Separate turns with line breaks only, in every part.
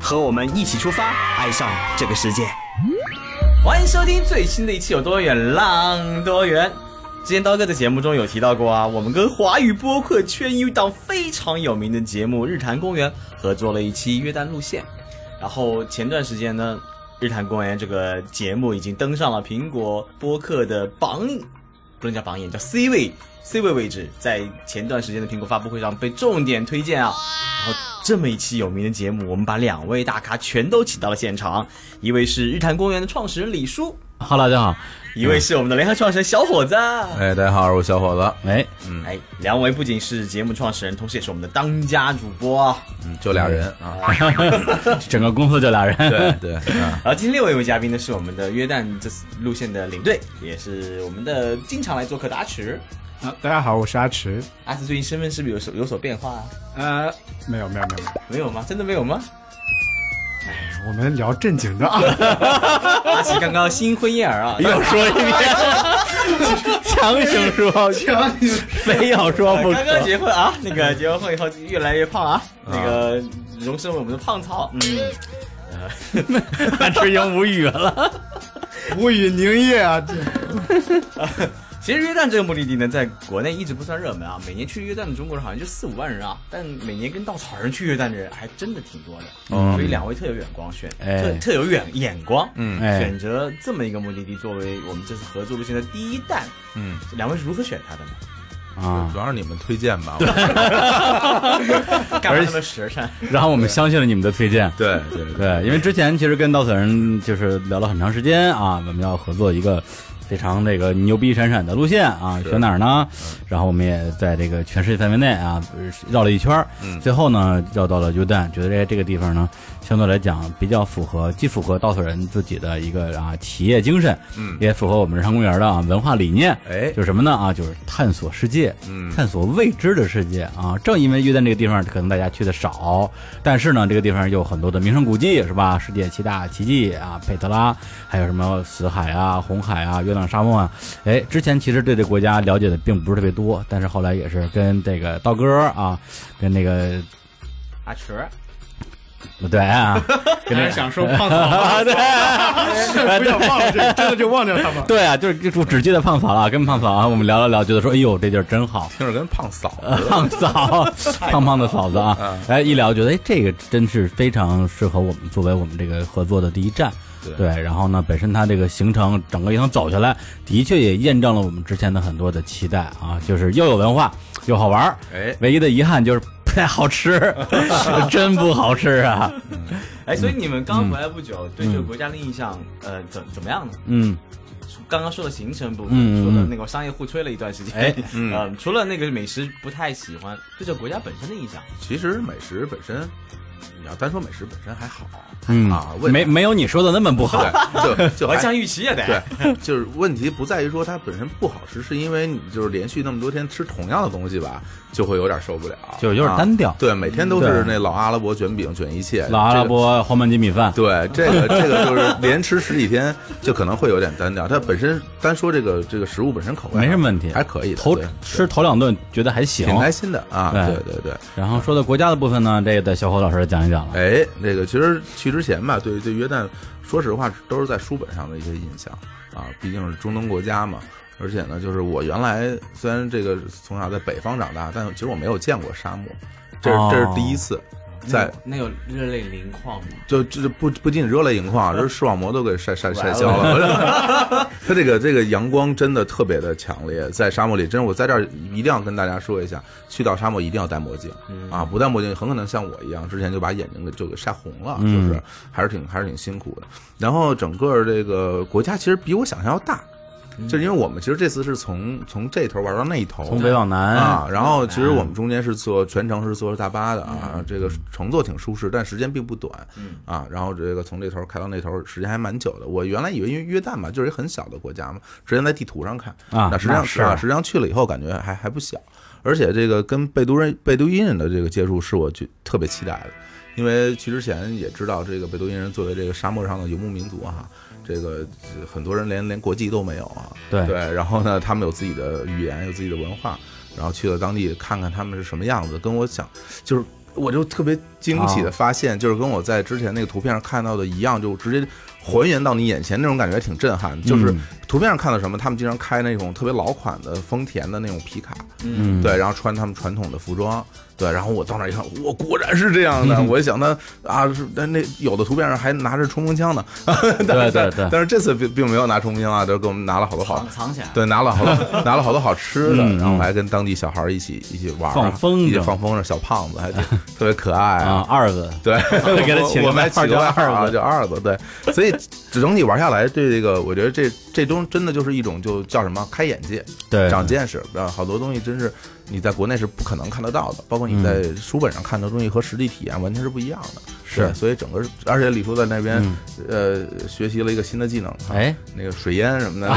和我们一起出发，爱上这个世界。欢迎收听最新的一期《有多远浪多远》。之前刀哥在节目中有提到过啊，我们跟华语播客圈一档非常有名的节目《日坛公园》合作了一期约旦路线。然后前段时间呢，《日坛公园》这个节目已经登上了苹果播客的榜，不能叫榜眼，叫 C 位，C 位位置，在前段时间的苹果发布会上被重点推荐啊。然后这么一期有名的节目，我们把两位大咖全都请到了现场，一位是日坛公园的创始人李叔，
哈喽，大家好，
一位是我们的联合创始人小伙子。
哎，大家好，我是小伙子。
哎，
哎，两位不仅是节目创始人，同时也是我们的当家主播啊。
嗯，就俩人啊，
整个公司就俩人，
对对啊，
然后今天另外一位嘉宾呢，是我们的约旦这次路线的领队，也是我们的经常来做客的阿池。
啊，大家好，我是阿池。
阿池最近身份是不是有所有所变化啊？
呃，没有没有没有没有，
没有吗？真的没有吗？
我们聊正经的啊。
阿奇刚刚新婚燕尔啊，
又说一 遍，强行说，
强行
非要说 不
刚刚
可。
结婚啊，那个结完婚以后越来越胖啊，那个荣升为我们的胖草，嗯，
韩志英无语了，
无语凝噎啊，这
其实约旦这个目的地呢，在国内一直不算热门啊，每年去约旦的中国人好像就四五万人啊，但每年跟稻草人去约旦的人还真的挺多的，所以两位特有眼光选，
哎
特特有眼眼光，
嗯
哎
选择这么一个目的地作为我们这次合作路线的第一弹，
嗯，
两位是如何选它的呢？
啊！
主要是你们推荐 吧。
干嘛那么实诚？
然后我们相信了你们的推荐，
对对对，
对，因为之前其实跟稻草人就是聊了很长时间啊，我们要合作一个非常这个牛逼闪闪的路线啊，选哪儿呢？
嗯
然后我们也在这个全世界范围内啊绕了一圈儿，
嗯
最后呢绕到了约旦，觉得哎这这个地方呢相对来讲比较符合，既符合稻草人自己的一个啊企业精神，
嗯
也符合我们日常公园的啊文化理念，
哎
就是什么呢啊，就是探索世界，
嗯
探索未知的世界啊。正因为约旦这个地方可能大家去的少，但是呢，这个地方有很多的名胜古迹，是吧？世界七大奇迹啊，佩特拉，还有什么死海啊、红海啊、月亮沙漠啊。哎，之前其实对这国家了解的并不是特别多，但是后来也是跟这个道哥啊，跟那个
阿池，
不对啊， 跟那
是
个
想说胖草吗？
啊对。
不要忘了这，真的就忘掉他吧。
对啊，就是就只记得胖嫂了，跟胖嫂啊，我们聊了聊，觉得说，哎呦，这地儿真好，
听着跟胖嫂子。
胖 嫂，胖胖的嫂子
嗯
啊，哎，一聊觉得哎，这个真是非常适合我们作为我们这个合作的第一站。
对
对，然后呢，本身它这个行程整个一趟走下来，的确也验证了我们之前的很多的期待啊，就是又有文化又好玩儿
哎
唯一的遗憾就是 不太好吃，真不好吃 啊。
哎，所以你们刚回来不久，对这个国家的印象，呃，怎怎么样呢？
嗯，
刚刚说的行程部分，
嗯
说的那个商业互吹了一段时间，
哎
嗯、除了那个美食不太喜欢，对这个国家本身的印象，
其实美食本身，你要单说美食本身还好，
嗯
啊，问
没没有你说的那么不好。
对，就就
我
还
像预期啊也得。
对，就是问题不在于说它本身不好吃，是因为你就是连续那么多天吃同样的东西吧，就会有点受不了，
就是有点单调
啊对，每天都是
嗯对
那老阿拉伯卷饼卷一切，
老阿
这
拉
个
伯黄焖鸡米饭，
对，这个这个就是连吃十几天，就可能会有点单调。它本身单说这个这个食物本身口味啊
没什么问题，
还可以的，
头
对
吃头两顿觉得还行，
挺开心的啊。
对
对对对，
然后说到国家的部分呢，这得小伙老师讲一讲了。
哎，那个其实去之前吧，对对约旦，说实话都是在书本上的一些印象啊，毕竟是中东国家嘛。而且呢，就是我原来虽然这个从小在北方长大，但其实我没有见过沙漠，这是这是第一次。在
那有热泪盈眶吗？
就这不不仅热泪盈 眶，这视网膜都给晒晒晒焦了。 它这个这个阳光真的特别的强烈，在沙漠里，真是我在这儿一定要跟大家说一下，去到沙漠一定要戴墨镜、
嗯
啊，不戴墨镜很可能像我一样，之前就把眼睛给就给晒红了，
嗯
就是还是挺还是挺辛苦的。然后整个这个国家其实比我想象要大。就是因为我们其实这次是从从这头玩到那一头，
嗯从北往南
啊，然后其实我们
嗯
中间是坐全程是坐大巴的啊，这个乘坐挺舒适，但时间并不短
嗯
啊。然后这个从这头开到那头，时间还蛮久的。我原来以为因为约旦嘛，就是一个很小的国家嘛，之前在地图上看
啊
那实际上
那是
啊，实际上去了以后感觉还还不小，而且这个跟贝都人贝都因人的这个接触是我就特别期待的。因为去之前也知道，这个贝都因人作为这个沙漠上的游牧民族啊，这个呃很多人连连国籍都没有啊。
对
对，然后呢，他们有自己的语言，有自己的文化，然后去了当地看看他们是什么样子，跟我想就是。我就特别惊
哦
喜的发现，就是跟我在之前那个图片上看到的一样，就直接还原到你眼前那种感觉，挺震撼的。就是
嗯
图片上看到什么，他们经常开那种特别老款的丰田的那种皮卡，
嗯，
对，然后穿他们传统的服装，对，然后我到那儿一看，我果然是这样
嗯
的。我想他啊，是但那有的图片上还拿着冲锋枪呢， 但
对
是但
对
但是这次并并没有拿冲锋枪啊，都给我们拿了好多好
藏，藏起来。
对，拿了好 多拿了好多好吃的
嗯，
然后还跟当地小孩儿一起一起玩儿，
放风筝
一起放风筝，小胖子还挺特别可爱啊
啊，二子
对，
给他起了个
我我们还
外号
起个
叫
外号
二
啊，
子
叫二子。对，所以整体玩下来，对这个，我觉得这这东真的就是一种就叫什么开眼界，
对
长见识，啊，好多东西真是你在国内是不可能看得到的，包括你在书本上看到的东西和实地体验完全是不一样的。
嗯是
对所以整个，而且李叔在那边
嗯
呃学习了一个新的技能，啊
哎
那个水烟什 么的，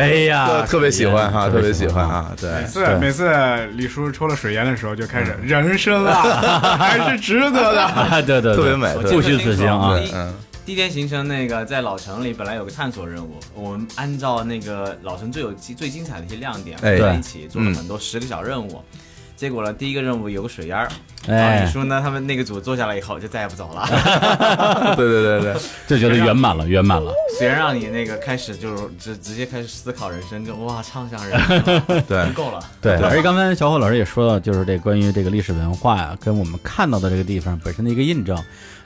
哎呀，
特特别喜欢哈，特别喜欢
啊。
啊，对。
每次每次李叔抽了水烟的时候，就开始人生啊， 还是值得的。
啊，对对，对
特别美
我
对
记
不
得
虚此行啊
很
对
清，楚
嗯，
第一天行程那个在老城里本来有个探索任务，我们按照那个老城最有精最精彩的一些亮点
哎
合在
对
一起做了很多十个小任务。结果呢，第一个任务有个水烟儿，然后
哎
你，说呢？他们那个组做下来以后就再也不走了，
对对对对，
就觉得圆满了，圆满了。
虽然让你那个开始就是直直接开始思考人生，就哇畅想人生，
对
就够了。
对，
对
而且刚才小伙老师也说到，就是这关于这个历史文化呀、跟我们看到的这个地方本身的一个印证。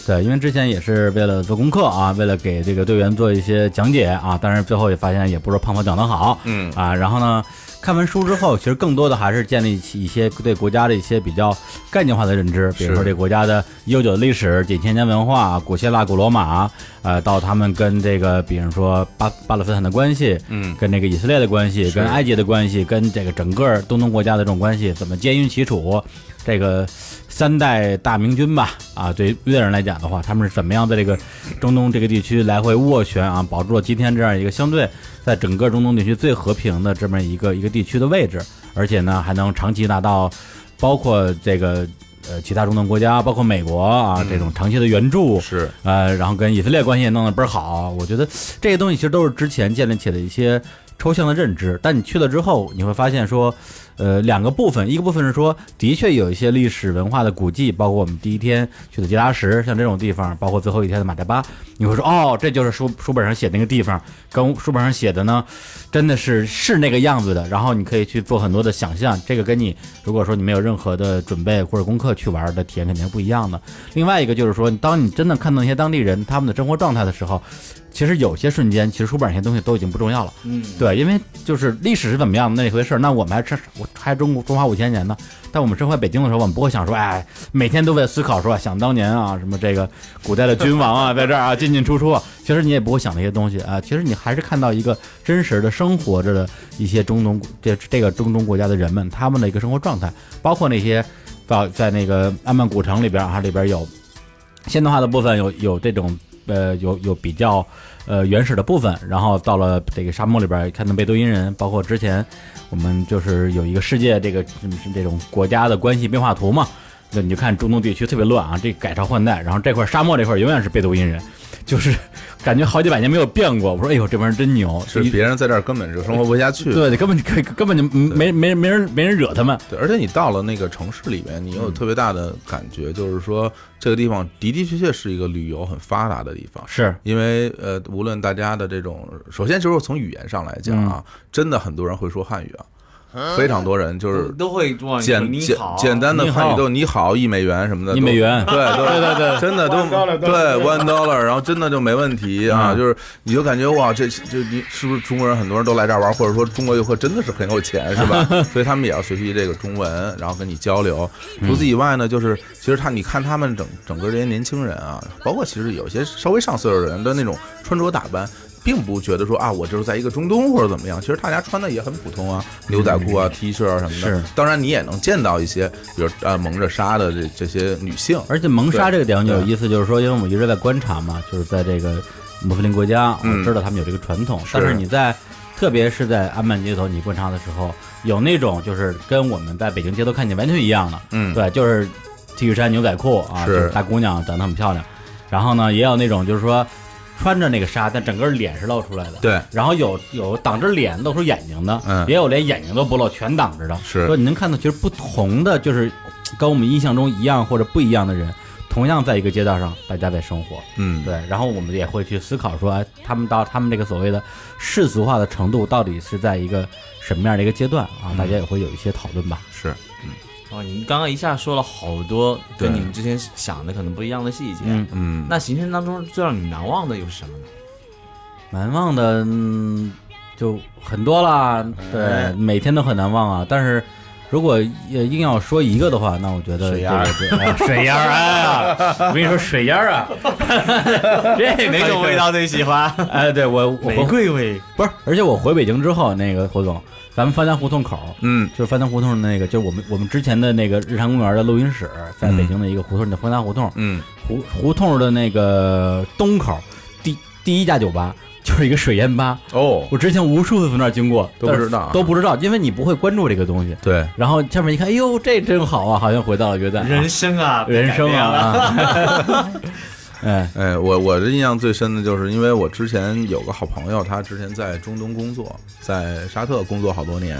对，因为之前也是为了做功课啊，为了给这个队员做一些讲解啊，当然最后也发现也不是胖胖讲得好，
嗯
啊，然后呢，看完书之后，其实更多的还是建立起一些对国家的一些比较概念化的认知，比如说
是
这国家的悠久的历史、几千年文化、古希腊、古罗马，呃，到他们跟这个，比如说巴巴勒斯坦的关系，
嗯，
跟这个以色列的关系，跟埃及的关系，跟这个整个东东国家的这种关系，怎么兼营齐楚？这个三代大明军吧，啊，对于越南人来讲的话，他们是怎么样在这个中东这个地区来回斡旋啊，保住了今天这样一个相对在整个中东地区最和平的这么一个一个地区的位置，而且呢，还能长期拿到包括这个呃其他中东国家，包括美国啊这种长期的援助，
是
呃，然后跟以色列关系也弄得倍儿好。我觉得这些东西其实都是之前建立起的一些抽象的认知，但你去了之后，你会发现说，呃，两个部分，一个部分是说，的确有一些历史文化的古迹，包括我们第一天去的杰拉什，像这种地方，包括最后一天的马代巴，你会说，哦，这就是书书本上写那个地方，跟书本上写的呢，真的是是那个样子的。然后你可以去做很多的想象，这个跟你如果说你没有任何的准备或者功课去玩儿的体验肯定不一样的。另外一个就是说，当你真的看到那些当地人他们的生活状态的时候，其实有些瞬间，其实书本上那些东西都已经不重要了。
嗯，
对，因为就是历史是怎么样的那一回事儿，那我们还是我还中国中华五千年呢。但我们生活在北京的时候，我们不会想说，哎，每天都在思考说，想当年啊，什么这个古代的君王啊，在这儿啊进进出出啊。其实你也不会想那些东西啊，其实你还是看到一个真实的生活着的一些中东这这个中东国家的人们他们的一个生活状态，包括那些到在那个安曼古城里边啊，里边有现代化的部分，有有这种呃有有比较呃原始的部分，然后到了这个沙漠里边看到贝都因人，包括之前我们就是有一个世界这个嗯是这种国家的关系变化图嘛。那你就看中东地区特别乱啊，这改朝换代，然后这块沙漠这块永远是贝都因人，就是 感觉好几百年没有变过。我说，哎呦，这帮人真牛，
是，
一
别人在这儿根本就生活不下去。
对，根本就根根本就没没没人没人惹他们。
对，而且你到了那个城市里面，你有特别大的感觉，就是说这个地方的的确确是一个旅游很发达的地方。
是，
因为呃，无论大家的这种，首先就是从语言上来讲啊，真的很多人会说汉语啊，非常多人就是
都会往哦你说
简
你
简
好，
简单的
你
汉
好
语都你好一美元什么的，
一
都
美元
对对对
对
真 的都
One dollar，
对 one dollar，然后真的就没问题啊，
嗯
就是你就感觉哇，这这你是不是中国人很多人都来这儿玩，或者说中国游客真的是很有钱是 吧？所以他们也要学习这个中文，然后跟你交流。除此以外呢，就是其实他你看他们整整个这些年轻人啊，包括其实有些稍微上岁数的人的那种穿着打扮。并不觉得说啊，我就是在一个中东或者怎么样。其实大家穿的也很普通啊，牛仔裤啊、T 恤啊什么的。
嗯是
当然你也能见到一些，比如呃蒙着纱的这这些女性。
而且蒙纱这个点就有意思，就是说，因为我们一直在观察嘛，就是在这个穆斯林国家，我
嗯
知道他们有这个传统，但是你在，特别是在安曼街头你观察的时候，有那种就是跟我们在北京街头看见完全一样的，
嗯，
对，就是 T 恤衫、牛仔裤啊，
是
就大姑娘长得很漂亮，然后呢，也有那种就是说穿着那个纱，但整个脸是露出来的，
对，
然后有有挡着脸露出眼睛的，
嗯
也有连眼睛都不露，全挡着的。
是
说你能看到，其实不同的就是跟我们印象中一样或者不一样的人，同样在一个街道上，大家在生活。
嗯，
对，然后我们也会去思考说，哎，他们到他们这个所谓的世俗化的程度，到底是在一个什么样的一个阶段
嗯
啊？大家也会有一些讨论吧。
是，
哦，你刚刚一下说了好多跟
对
你们之前想的可能不一样的细节。
嗯
嗯，
那行程当中最让你难忘的又是什么呢？
难忘的、嗯就很多啦，
哎
对，每天都很难忘啊。但是如果也硬要说一个的话，那我觉得
水
这
鸭
个
儿
是哎水烟儿，哎呀，我跟你说水烟儿啊，这
哪种味？道最喜欢？
哎，对我我回
瑰味。
不是，而且我回北京之后，那个侯总，咱们翻家胡同口。
嗯
就是翻家胡同那个，就是我们我们之前的那个日常公园的录音室，在北京的一个胡同叫翻家胡同，
嗯，
胡胡同的那个东口第第一家酒吧就是一个水烟吧，
哦，
我之前无数次从那儿经过，
都不知道啊
但是都不知道，因为你不会关注这个东西。
对，
然后下面一看，哎呦，这真好啊，好像回到了元旦、
人生啊，
人生啊，啊 哎，
哎，我我的印象最深的就是，因为我之前有个好朋友，他之前在中东工作，在沙特工作好多年，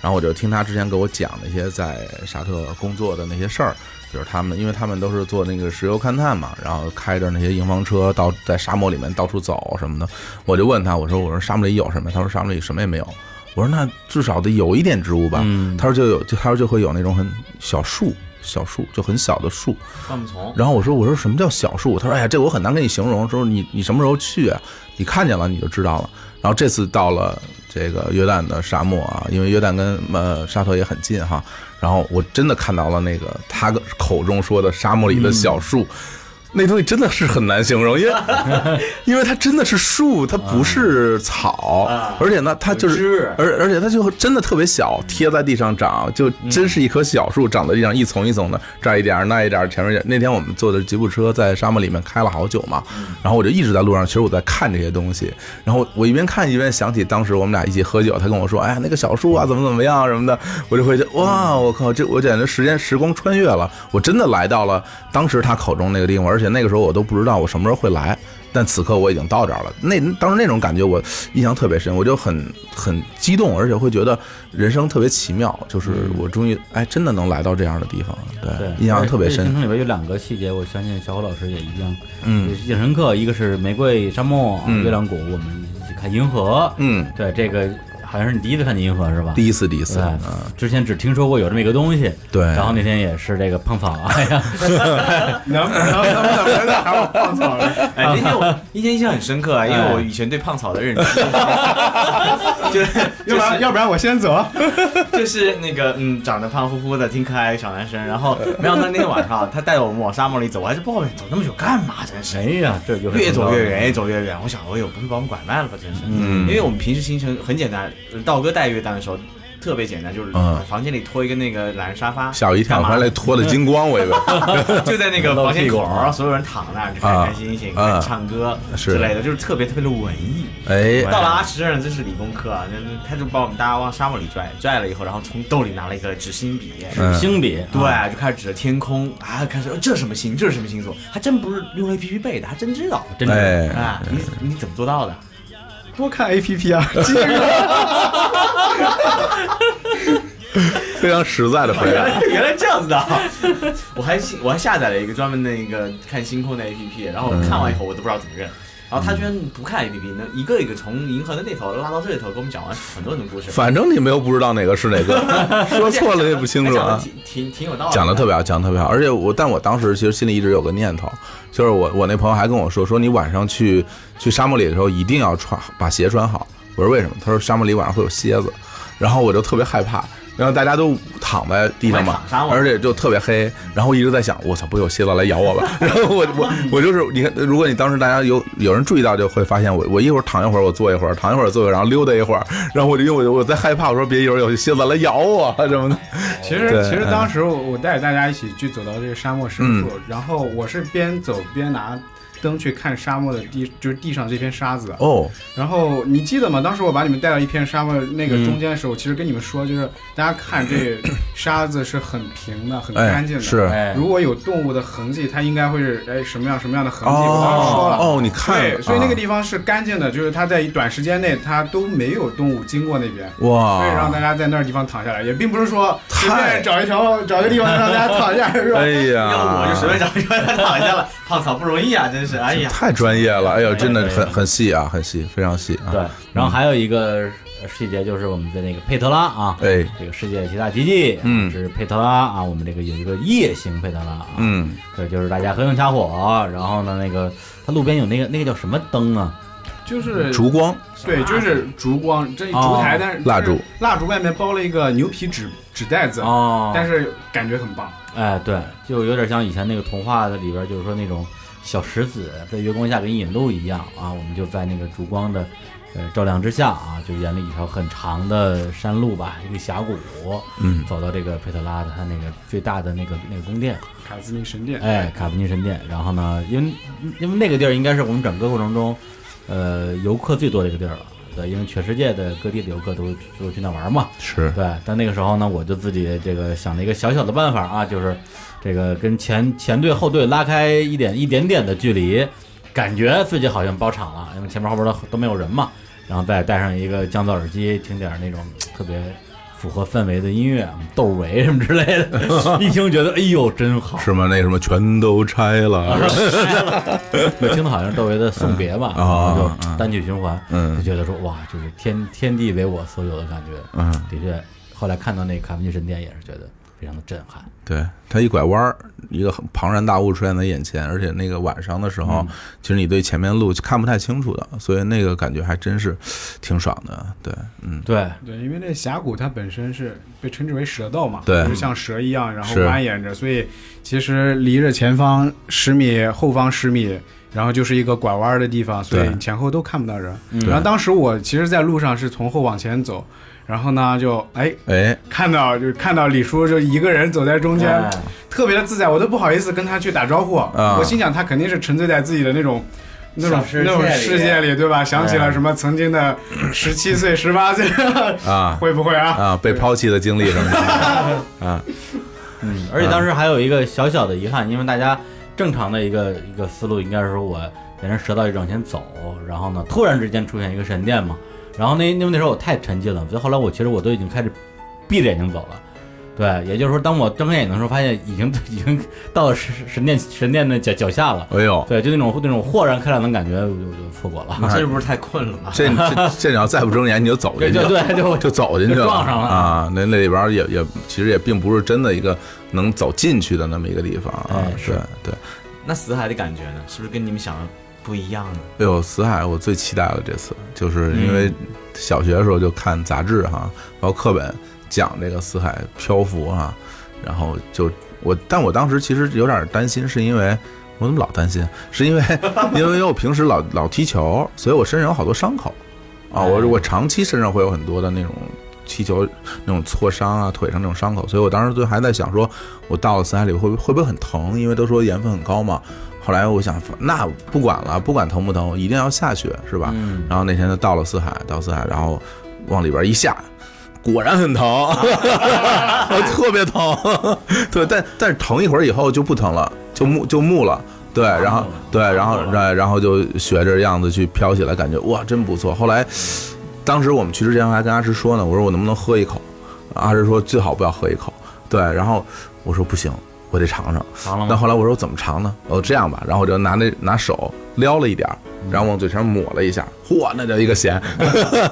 然后我就听他之前给我讲那些在沙特工作的那些事儿，就是他们，因为他们都是做那个石油勘探嘛，然后开着那些营房车到在沙漠里面到处走什么的，我就问他，我说我说沙漠里有什么？他说沙漠里什么也没有。我说那至少得有一点植物吧。
嗯
他说就有，就他说就会有那种很小树，小树就很小的树，
灌木丛。
然后我说我说什么叫小树？他说哎呀，这我很难跟你形容。说你你什么时候去啊？你看见了你就知道了。然后这次到了这个约旦的沙漠啊，因为约旦跟呃沙特也很近哈。然后我真的看到了那个他口中说的沙漠里的小树。那东西真的是很难形容，因为 因为它真的是树，它不是草，而且呢，它就是，而而且它就真的特别小，贴在地上长，就真是一棵小树，长在地上一丛一丛的，这儿一点儿那一点儿，前面一点儿。那天我们坐的吉普车在沙漠里面开了好久嘛，然后我就一直在路上，其实我在看这些东西，然后我一边看一边想起当时我们俩一起喝酒，他跟我说，哎呀，那个小树啊，怎么怎么样什么的，我就回去，哇，我靠，这我简直时间时光穿越了，我真的来到了当时他口中那个地方，而且那个时候我都不知道我什么时候会来，但此刻我已经到这儿了。那当时那种感觉我印象特别深，我就很很激动，而且会觉得人生特别奇妙，就是我终于哎真的能来到这样的地方，对，
对，
印象特别
这个行
深。
程里边有两个细节，我相信小虎老师也一样，
嗯
也是印象深刻。一个是玫瑰沙漠、
嗯
月亮谷，我们一起看银河。
嗯，
对，这个好像是你第一次看见银河是吧？
第一次，第一次，
对
嗯，
之前只听说过有这么一个东西。
对
然后那天也是这个胖嫂， 哎呀，
能能能不能别再喊我胖嫂了？
哎，那天 我那天印象很深刻啊，因
哎
为我以前对胖草的认知，就是
要
就
不然
是
要不然我先走。
就是那个嗯，长得胖乎乎的，挺可爱的小男生。然后没想到那天晚上他带着我们往沙漠里走，我还是不好走那么久干嘛？真是
哎呀，这就是
越走越远，越走越远。我想，哎呦，不会把我们拐卖了吧？真是，
嗯
因为我们平时行程很简单，呃道哥带乐单的时候特别简单，就是
嗯
房间里拖一个那个懒人沙发，
吓我一跳，
干嘛
回来脱的精光，我以为
就在那 个房间口
露屁股，
然后所有人躺那儿就开开心心
啊啊
唱歌
是
之类的，就是特别特别的文艺。
哎，
到了阿什这儿，真是理工科啊，那那他就把我们大家往沙漠里拽，拽了以后，然后从兜里拿了一个纸芯笔。
嗯
星比，啊
对，就开始指着天空啊，开始、哦、这什么星，这是什么星座？还真不是用 A P P 背的，还真知道。
真的
哎，
啊，你你怎么做到的？
多看 A P P 啊，记着。
非常实在的回
原
答。
来 原来这样子的啊，我还信我还下载了一个专门的一个看星空的 APP，然后我看完
嗯
以后我都不知道怎么认。然后他居然不看 APP，能一个一个从银河的那头拉到这头，给我们讲完很多人的故事，
反正你们又不知道哪个是哪个， 说错了也不清楚
还讲
啊
的。挺挺挺有道理，
讲的特别好，讲的特别好，而且我，但我当时其实心里一直有个念头，就是我我那朋友还跟我说，说你晚上去去沙漠里的时候一定要穿把鞋穿好。我说为什么？他说沙漠里晚上会有蝎子，然后我就特别害怕，然后大家都躺在地上嘛
往上躺
而且就特别黑，然后一直在想，我操，不会有蝎子来咬我吧？ 然后我我我就是你看，如果你当时大家有有人注意到，就会发现我我一会儿躺一会儿，我坐一会儿，躺一会儿坐一会儿，然后溜达一会儿，然后我就因为我就我在害怕，我说别一会儿有蝎子来咬我 什么的。
其实
对嗯
其实当时我我带着大家一起去走到这个沙漠深处，然后我是边走边拿灯去看沙漠的地，就是地上这片沙子。
哦，
然后你记得吗？当时我把你们带到一片沙漠那
嗯
个中间的时候，我其实跟你们说，就是大家看 这沙子是很平的，很
哎
干净，的。
是
哎
如果有动物的痕迹，它应该会是哎什么样什么样的痕迹？我当时说了。
哦哦，你看
对，，所以那个
啊
地方是干净的，就是它在短时间内它都没有动物经过那边，所以让
哇
大，家在那儿地方躺下来，也并不是说随
啊太
便找一条找一个地方让大家躺 下，是吧
哎？呀，
要不我就随便找一 个人躺下了，胖草不容易啊，真是，哎呀，
太专业了，哎呦，真的
对
很很细啊，很细，非常细啊。
对，然后还有一个细节就是我们的那个佩特拉啊，
哎，
这个世界七大奇迹，
嗯
是佩特拉啊，我们这个有一个夜行佩特拉啊，，
嗯，
对，就是大家合影掐火，然后呢，那个它路边有那个那个叫什么灯啊，
就是
烛光，
对，就是烛光，这
哦
烛台，但是
蜡烛，
蜡烛外面包了一个牛皮纸纸袋子，
哦
但是感觉很棒。
哎，对，就有点像以前那个童话的里边，就是说那种小石子在月光下给你引路一样啊。我们就在那个烛光的呃照亮之下啊，就沿了一条很长的山路吧，一个峡谷，
嗯
走到这个佩特拉的它那个最大的那个那个宫殿，
卡斯米神殿，
哎，卡布尼神殿。然后呢，因为因为那个地儿应该是我们整个过程中，呃，游客最多的一个地儿了。对，因为全世界的各地的游客都都去那玩嘛，
是
对，但那个时候呢，我就自己这个想了一个小小的办法啊，就是这个跟前前队后队拉开一点一点点的距离，感觉自己好像包场了，因为前面后边都都没有人嘛，然后再戴上一个降噪耳机，听点那种特别。符合氛围的音乐，窦唯什么之类的， 一听觉得哎呦真好，
是吗？那什么全都拆了，
没听的好像是窦唯的《送别》吧，
嗯啊
然后就单曲循环，
嗯
就觉得说哇，就是天天地为我所有的感觉，
嗯，
的确，后来看到那卡文尼神殿也是觉得非常的震撼，
对他一拐弯儿，一个很庞然大物出现在眼前，而且那个晚上的时候，其实你对前面路看不太清楚的，所以那个感觉还真是挺爽的。对，嗯，
对，
对，因为那峡谷它本身是被称之为蛇道嘛，
对
就是像蛇一样，然后
是
蜿蜒着，所以其实离着前方十米，后方十米，然后就是一个拐弯的地方，所以
对
前后都看不到人。然后当时我其实，在路上是从后往前走，然后呢就哎
哎，
看到就看到李叔就一个人走在中间
哎，
特别的自在，我都不好意思跟他去打招呼。
啊
我心想他肯定是沉醉在自己的那种。那种
小世界
那
里
种世界里，对吧？想起了什么曾经的十七岁、十八岁，
啊
会不会啊？
啊，被抛弃的经历什么 的，
嗯，而且当时还有一个小小的遗憾，因为大家正常的一个一个思路应该是说我沿着蛇道一直往前走，然后呢，突然之间出现一个神殿嘛，然后那因为那时候我太沉浸了，所以后来我其实我都已经开始闭着眼睛走了。对，也就是说，当我睁开眼睛的时候，发现已经已经到了神神殿神殿的脚脚下了。
哎呦，
对，就那种那种豁然开朗的感觉，我就我就错过了。
这不是太困了吗？
这这这你要再不睁眼你就走
对
进去
对
了。
对对，我
就走进去
就 撞上了
啊！那那里边儿也也其实也并不是真的一个能走进去的那么一个地方啊
哎。
对
是
对，
那死海的感觉呢？是不是跟你们想的不一样呢？
哎呦，死海我最期待了这次，就是因为小学的时候就看杂志哈，包括课本讲这个死海漂浮啊，然后就我，但我当时其实有点担心，是因为。我怎么老担心？啊是因为因为我平时老老踢球，所以我身上有好多伤口啊。我我长期身上会有很多的那种踢球那种挫伤啊，腿上那种伤口，所以我当时就还在想说，我到了死海里会不会会不会很疼？因为都说盐分很高嘛。后来我想，那不管了，不管疼不疼，我一定要下去，是吧？
嗯，
然后那天就到了四海，到四海，然后往里边一下， 果然很疼， 特别疼， 对，但但是疼一会儿以后就不疼了，就木就木了。对，然后对，然后然后然后就学着样子去飘起来，感觉哇，真不错。后来，当时我们去之前我还跟阿诗说呢，我说我能不能喝一口，阿诗说最好不要喝一口。对，然后我说不行，我得尝尝。
尝了
那
吗？
后来我说怎么尝呢？哦，这样吧，然后我就拿那拿手撩了一点儿，
嗯
然后往嘴上抹了一下，嚯，那叫一 个咸。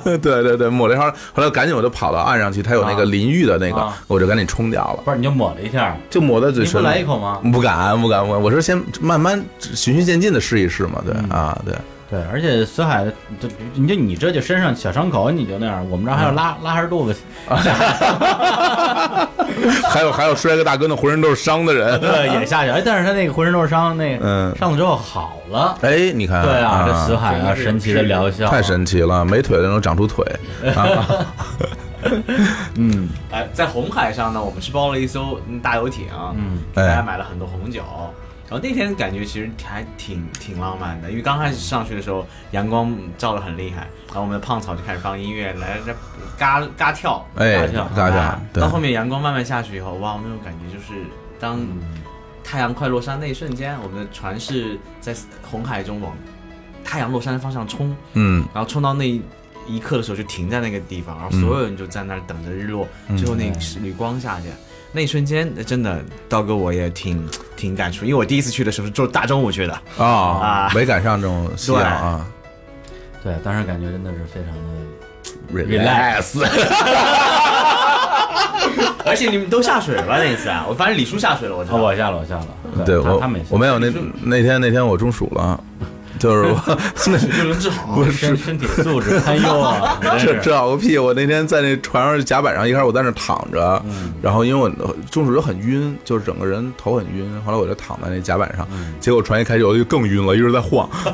对对对，抹了一下，后来赶紧我就跑到岸上去，它有那个
啊
淋浴的那个，
啊
我就赶紧冲掉了，
不是，你就抹了一下，
就抹在嘴
你不
唇里。
来一口吗？嗯
不敢，不敢，我我说先慢慢循序渐进的试一试嘛，对、啊，对，
对，对，而且死海，就你就你这就身上小伤口你就那样，我们这儿还要拉、
嗯
拉着 肚子，
还有还有摔个大跟头，浑身都是伤的人。
对，也下去。哎，但是他那个浑身都是伤，那个、
嗯
上了之后好了。
哎，你看，
对啊，这死海啊，
真是
神奇的疗效，
太神奇了，没腿的人都长出腿啊！
哎，在红海上呢，我们是包了一艘嗯大游艇，嗯，大
哎
家买了很多红酒。然后那天感觉其实还挺挺浪漫的，因为刚开始上去的时候阳光照得很厉害，然后我们的胖草就开始放音乐，来来嘎嘎跳，
哎
嘎跳，
嘎跳
啊
对
到后面阳光慢慢下去以后，哇，那种感觉就是当
嗯
太阳快落山那一瞬间，我们的船是在红海中往太阳落山的方向冲，
嗯，
然后冲到那一刻的时候就停在那个地方，然后所有人就在那儿等着日落，最后那缕光下去。那一瞬间，呃真的，道哥我也挺挺感触，因为我第一次去的时候是就大中午去的，
啊
啊，
没赶上这种夕阳啊
对，当时感觉真的是非常的，
，relax，
而且你们都下水了吧那一次啊？我反正李叔下水了，我知道。
哦，我下了，我下了，
对
他
我
他们也
我没有那那天那天我中暑了，就是 我
就能治好，
我身身体素质堪忧 啊，真
这
是
这好个屁！我那天在那船上甲板上，一开始我在那躺着，
嗯
然后因为我中暑就很晕，就是整个人头很晕。后来我就躺在那甲板上，
嗯
结果船一开始我就更晕了，一直在 晃。后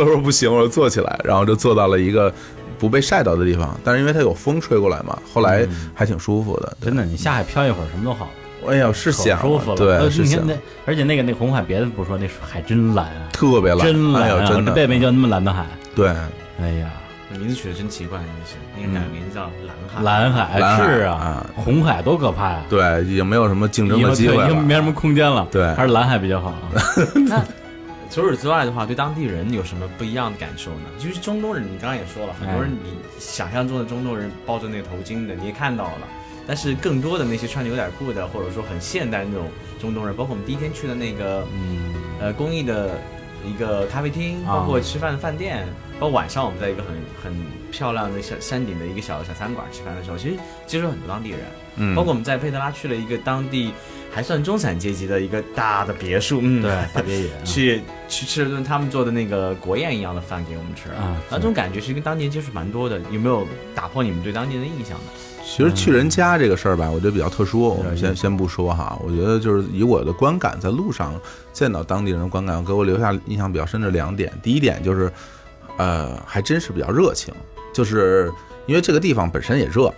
来我说不行，我说坐起来，然后就坐到了一个不被晒到的地方，但是因为它有风吹过来嘛，后来
嗯
还挺舒服的。
真的，你下海漂一会儿，什么都好，
哎呀，是
可
香，
舒服了。
对，
呃
是
你
香
看，那，而且那个那红海，别的不说，那海真蓝啊，
特别蓝，
真
哎
蓝
呦，
啊，我
真
这辈
的，
子没见过那么蓝的海。
对，
哎呀，
名字取得真奇怪，真的是，那个改名字叫蓝海。
蓝海
蓝海
是
啊
啊，红海多可怕呀！
对，已经没有什么竞争
以
的
后
机
就
会
已
了
经。没什么空间了，
对
还是蓝海比较 好啊。
除此之外的话，对当地人有什么不一样的感受呢？就是中东人，你刚刚也说了，很多人
哎
你想象中的中东人抱着那个头巾的，你也看到了。但是更多的那些穿牛仔裤的，或者说很现代那种中东人，包括我们第一天去的那个，
嗯，
呃，公益的一个咖啡厅，
啊
包括吃饭的饭店，包括晚上我们在一个很很漂亮的小山顶的一个小小餐馆吃饭的时候，其实接触很多当地人，
嗯
包括我们在佩德拉去了一个当地还算中产阶级的一个大的别墅，嗯，
对，特别野啊。
去去吃了顿他们做的那个国宴一样的饭给我们吃
啊
然后这种感觉其实跟当地人接触蛮多的，有没有打破你们对当地人的印象呢？
其实去人家这个事儿吧，我觉得比较特殊。
嗯
我们先先不说哈，我觉得就是以我的观感，在路上见到当地人的观感，给我留下印象比较深的两点。第一点就是，呃，还真是比较热情，就是因为这个地方本身也热。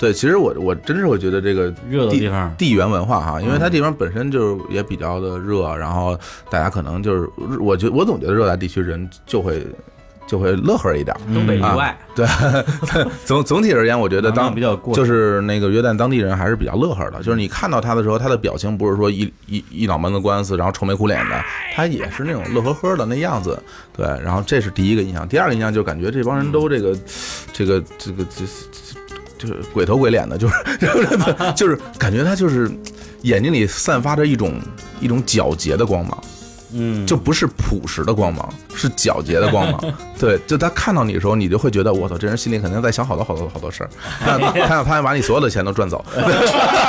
对，其实我我真是会觉得这个
热的地方
地缘文化哈，因为它地方本身就是也比较的热，然后大家可能就是，我觉我总觉得热带地区人就会就会乐呵一点儿，
嗯
东北以
啊
外，
总总体而言，我觉得
能量
嗯
当
比较过
就是那个约旦当地人还是比较乐呵的，就是你看到他的时候，他的表情不是说一一一脑门子官司，然后愁眉苦脸的，他也是那种乐呵呵的那样子。对，然后这是第一个印象，第二个印象就感觉这帮人都这个，这个这个这这这鬼头鬼脸的，就是就是就是感觉他就是眼睛里散发着一种一种皎洁的光芒。
嗯，
就不是朴实的光芒，是皎洁的光芒。 对，就他看到你的时候，你就会觉得，我操，这人心里肯定在想好多好多好多事 儿。那他想，他想把你所有的钱都赚走。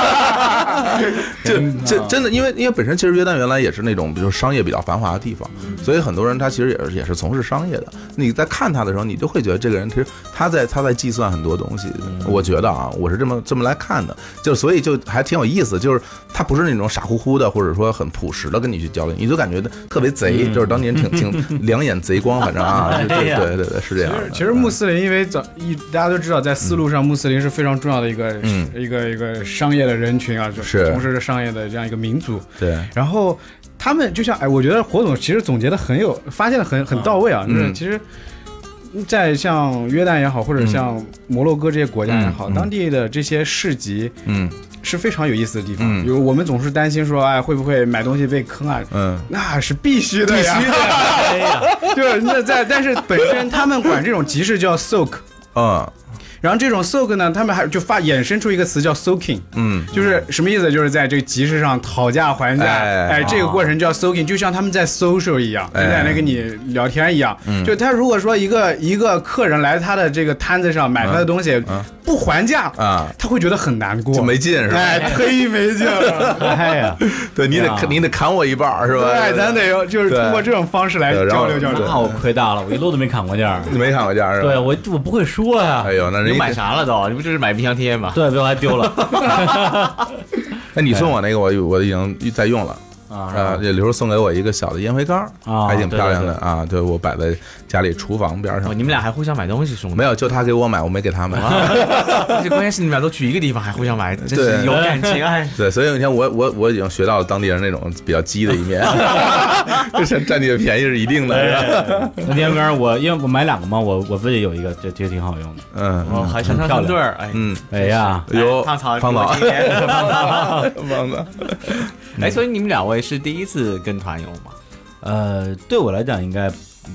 就这 真的，因为因为本身其实约旦原来也是那种，比如商业比较繁华的地方，所以很多人他其实也是也是从事商业的。你在看他的时候，你就会觉得这个人其实他在他在计算很多东西。我觉得啊，我是这么这么来看的，就所以就还挺有意思，就是他不是那种傻乎乎的，或者说很朴实的跟你去交流，你就感觉特别贼，就是当年挺挺两眼贼光，反正啊，就就
哎呀
对对对，是这样的。嗯
其实穆斯林，因为早一大家都知道，在丝路上，穆斯林是非常重要的一个、
嗯
一个一个商业的人群啊，就是从事着商业的这样一个民族。
对，
然后他们就像哎，我觉得火总其实总结的很有，发现的很很到位啊。
嗯
就是其实，在像约旦也好，或者像摩洛哥这些国家也好，
嗯嗯嗯
当地的这些市集
嗯
是非常有意思的地方。
嗯
比如我们总是担心说，哎，会不会买东西被坑啊？
嗯
那是必须的呀，必须 的呀，对，那在但是本身他们管这种集市叫 souk，
嗯
然后这种 soak 呢，他们还就发衍生出一个词叫 soaking，
嗯，
就是什么意思？就是在这个集市上讨价还价，
哎
哎，这个过程叫 soaking，就像他们在 social 一样，
哎嗯
就在那跟你聊天一样。就他如果说一个一个客人来他的这个摊子上买他的东西、
嗯
不还价
啊
他会觉得很难过，
就没劲是吧？
哎，忒没劲了。
哎呀，
对你
对啊
得你得砍我一半 儿是吧？
对，咱得用就是通过这种方式来
对然后
交流交
对
流。
那我亏大了，我一路都没砍过价。
你没砍过价是吧？
对我我不会说呀
哎。呦，那人
你
家
买啥了都？你不就是买冰箱贴吗？
对，被我还丢了
哎，你送我那个，我我已经在用了。
啊！是
啊，
吧
也留着送给我一个小的烟灰缸儿，
啊
还挺
对
漂亮
对
的啊。对我摆在家里厨房边
哦，
上。
你们俩还互相买东西送的
没？有，就他给我买，我没给他买。
啊
而且关键是你们俩都去一个地方还互相买，真是
对
有感情 哎。
对，所以有一天我我我已经学到了当地人那种比较鸡的一 面，就是占你的便宜是一定
哎
的。是吧
那烟缸我因为我买两个嘛，我我自己有一个，这这挺好用的。
哦，
嗯
还常常
漂
团
亮
队儿，哎，
嗯，
哎呀，
哎呦，
胖草，
胖
我
草
今，天
胖草，
哎，所以你们两位是第一次跟团游吗？
呃，对我来讲应该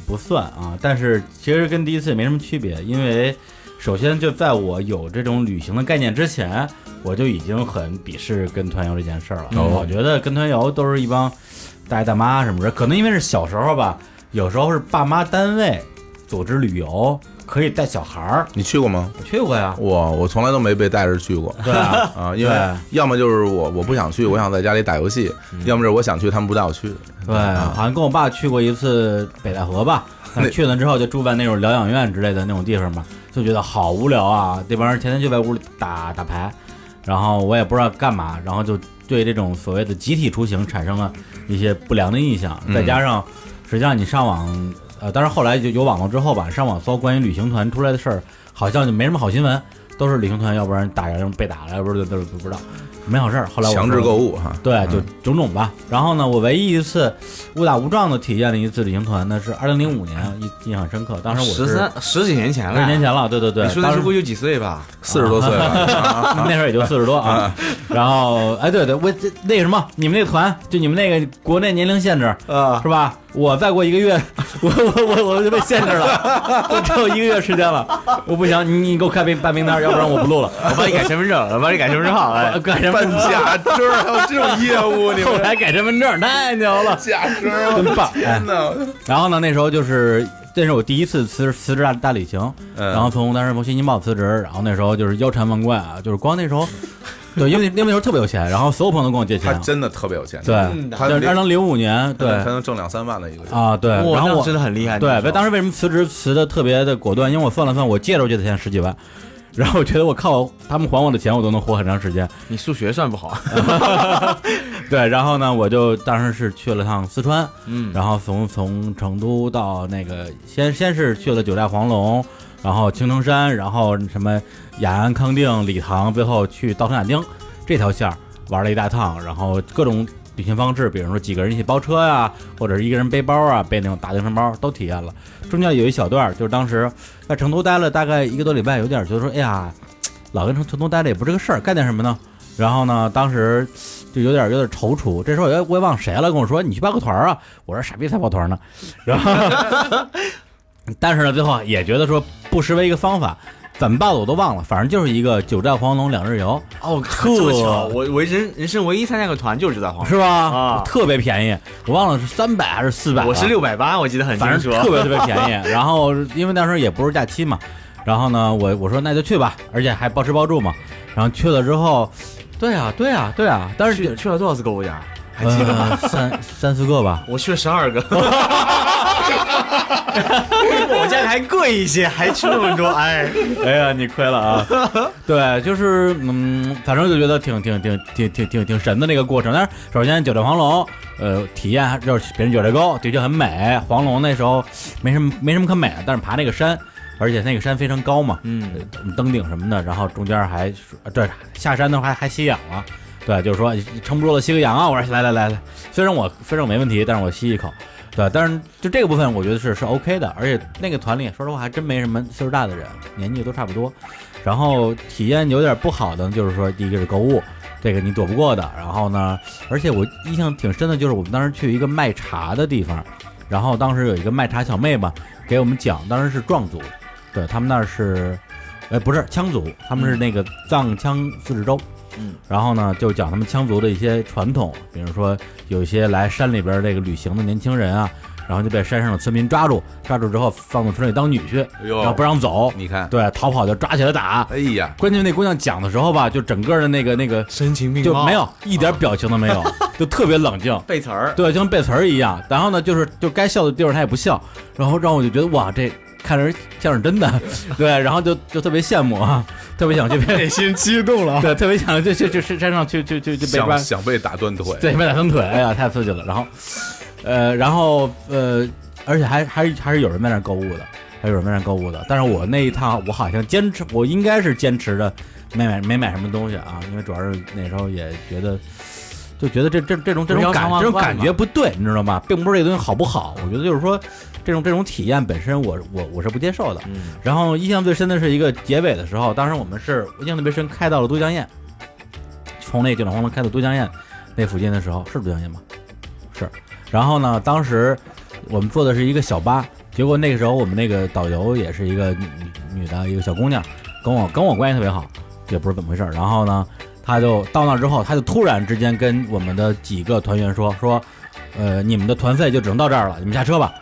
不算啊，但是其实跟第一次也没什么区别，因为首先就在我有这种旅行的概念之前，我就已经很鄙视跟团游这件事儿了。
哦
我觉得跟团游都是一帮大爷大妈什么的，可能因为是小时候吧，有时候是爸妈单位组织旅游，可以带小孩儿。
你去过吗？
我去过 呀，
我我从来都没被带着 去过。
对啊，
啊，因为
对
要么就是我我不想
嗯
去，我想在家里打游戏；要么就是我想去，他们不带我去。
对，好像跟我爸去过一次北戴河吧，
那
去了之后就住在那种疗养院之类的那种地方嘛，就觉得好无聊啊！这帮人天天就在屋里打打牌，然后我也不知道干嘛，然后就对这种所谓的集体出行产生了一些不良的印象，
嗯
再加上实际上你上网，呃，当然后来就有网络之后吧，上网搜关于旅行团出来的事儿，好像就没什么好新闻，都是旅行团要不然打人被打了，要不然都不知道，没好事儿。后来我
强制
搜
购物哈，
嗯
对，就种种吧。然后呢，我唯一一次误打误撞的体验了一次旅行团呢，是二零零五年，印印象深刻。当时我
嗯十
是
三十几年前
二十
了，
年前了，对对对
你，说
当
的是
时
估计有几岁吧？
四十多岁 了，
那时候也就四十多啊。然后，哎，对对，我这那个什么，你们那个团，就你们那个国内年龄限制
啊，
是吧？我再过一个月， 我我我我就被限制了，我只有一个月时间了。我不行，你你给我开名办名单，要不然我不录了。
我帮你改身份证，我帮你改身份证号，哎，
改身
办
份证，
假证儿还有这种业务，你
后
们
来改身份证，太牛了，
假证儿，
真棒！哎
真的。
然后呢，那时候就是这是我第一次辞辞职大大旅行，
嗯
然后从当时从新京报辞职，然后那时候就是腰缠万贯啊，就是光那时候，对，因为因为那时候特别有钱，然后所有朋友都跟我借
他
钱，
啊真的特别有钱，
对，
他嗯
就是二
连
零零五年，对
才能挣两三万的一个月。
啊，对，
哇
然后
那
我
真的很厉害。
对，
那
当时为什么辞职辞的特别的果断？因为我算了算，我借着借的钱十几万。然后我觉得我靠他们还我的钱，我都能活很长时间。
你数学算不 好，
对，然后呢，我就当时是去了趟四川，
嗯，
然后从从成都到那个先先是去了九寨黄龙，然后青城山，然后什么雅安、康定、理塘，最后去稻城亚丁这条线儿玩了一大趟，然后各种旅行方式，比如说几个人一起包车呀、或者是一个人背包啊，背那种大登山包都体验了。中间有一小段儿，就是当时在成都待了大概一个多礼拜，有点儿觉得说，哎呀，老跟成成都待着也不是个事儿，干点什么呢？然后呢，当时就有点有点踌躇。这时候我也我也忘谁了，跟我说你去报个团儿啊。我说傻逼才报团儿呢。 然后， 但是呢，最后也觉得说不失为一个方法。怎么报的我都忘了，反正就是一个九寨黄龙两日游，
哦，
特
这么巧，我我人人生唯一参加个团就是在黄
是吧？
啊
特别便宜，我忘了是三百还是四百、啊
我是六百八，我记得很
反
清
正
楚。
特别特别便 宜。然后因为那时候也不是假期嘛，然后呢，我我说那就去吧，而且还包吃包住嘛。然后去了之后，对啊对啊对啊，但是
去去了多少次购物点儿？还记得吗？
呃三三四个 吧，
我去了十二个。 我家还贵一些，还去那么多，哎，
哎呀你亏了啊！对，就是嗯，反正就觉得挺挺挺挺挺挺挺神的那个过程。但是首先九寨黄龙，呃，体验就是别人九寨沟的确很美，黄龙那时候没什么没什么可美的，但是爬那个山，而且那个山非常高嘛，
嗯，
登顶什么的，然后中间还对下山的话还还吸氧了，对，就是说撑不住了吸个氧啊！我说来来来来，虽然我虽然我没问题，但是我吸一口，对，但是就这个部分我觉得是是 OK 的，而且那个团里说实话还真没什么岁数大的人，年纪都差不多，然后体验有点不好的就是说第一个是购物。这个你躲不过的，然后呢，而且我印象挺深的，就是我们当时去一个卖茶的地方，然后当时有一个卖茶小妹吧，给我们讲，当时是壮族，对他们那儿是哎，不是羌族，他们是那个藏羌自治州。
嗯，
然后呢，就讲他们羌族的一些传统，比如说有一些来山里边这个旅行的年轻人啊，然后就被山上的村民抓住，抓住之后放到村里当女婿，
哎
然后
呦
不，让走，
你看，
对，逃跑就抓起来打。
哎呀，
关键那姑娘讲的时候吧，就整个的那个那个
深情并
就没有一点表情都没有，就特别冷静。
背词儿，
对，就跟背词儿一样。然后呢，就是就该笑的地方他也不笑，然后让我就觉得哇，这看着像是真的，对，然后就就特别羡慕啊，特别想去 被，
内心激动了
对，特别想就就就山上去去去去被抓
想，想被打断腿，
对，被打断腿，哎呀，太刺激了。然后，呃，然后呃，而且还还还是有人在那儿购物的，还有人在那儿购物的。但是我那一趟，我好像坚持，我应该是坚持的，没买没买什么东西啊，因为主要是那时候也觉得。就觉得这这这种这
不
种
要
感
常忘
这种
惯
感
嘛
觉不对，你知道吗？并不是这个东西好不好，我觉得就是说，这种这种体验本身我，我我是不接受的。
嗯，
然后印象最深的是一个结尾的时候，当时我们是我印象特别深，开到了都江堰，从那九龙黄龙开到都江堰那附近的时候，是都江堰吗？是。然后呢，当时我们坐的是一个小巴，结果那个时候我们那个导游也是一个女女女的一个小姑娘，跟我跟我关系特别好，也不知道怎么回事儿。然后呢，她就到那之后，她就突然之间跟我们的几个团员说说，呃，你们的团费就只能到这儿了，你们下车吧。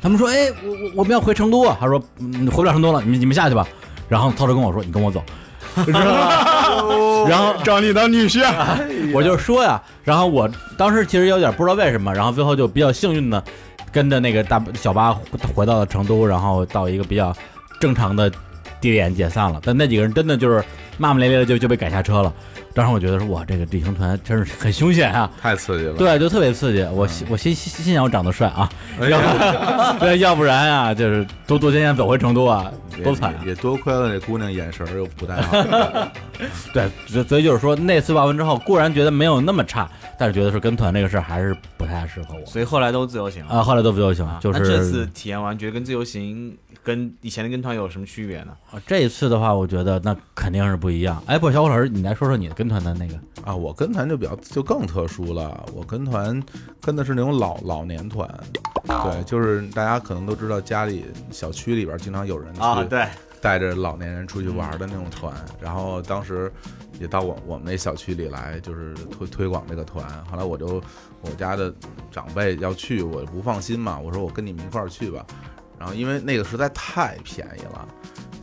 他们说：“哎，我我我们要回成都啊。”他说：“嗯，回不了成都了，你们你们下去吧。”然后涛哥跟我说：“你跟我走。”知道
哦
吗然后
找你当女婿，啊
我就说哎呀，然后我当时其实有点不知道为什么，然后最后就比较幸运的跟着那个大小巴回到了成都，然后到一个比较正常的地点解散了。但那几个人真的就是骂骂咧咧的就就被赶下车了。当时我觉得说哇，这个旅行团真是很凶险啊！
太刺激了。
对，嗯就特别刺激。我心我心心心想我长得帅啊，
哎
要
呀，
不对，要不然啊，就是多多艰险走回成都啊，多惨啊！
也也多亏了那姑娘眼神儿又不太好。
对，所所以就是说，那次报完之后，固然觉得没有那么差，但是觉得是跟团这个事儿还是不太适合我。
所以后来都自由行了。
啊，后来都不就行，就
那这次
是
体验完，觉得跟自由行跟以前的跟团有什么区别呢？
呃这一次的话，我觉得那肯定是不一样。哎，不，小伙老师，你来说说你的跟团的那个
啊，我跟团就比较就更特殊了。我跟团跟的是那种老老年团，
哦
对，就是大家可能都知道，家里小区里边经常有人去
啊，对，
带着老年人出去玩的那种团。然后当时也到我我们那小区里来，就是推推广这个团。后来我就我家的长辈要去，我不放心嘛，我说我跟你们一块儿去吧。然后因为那个实在太便宜了，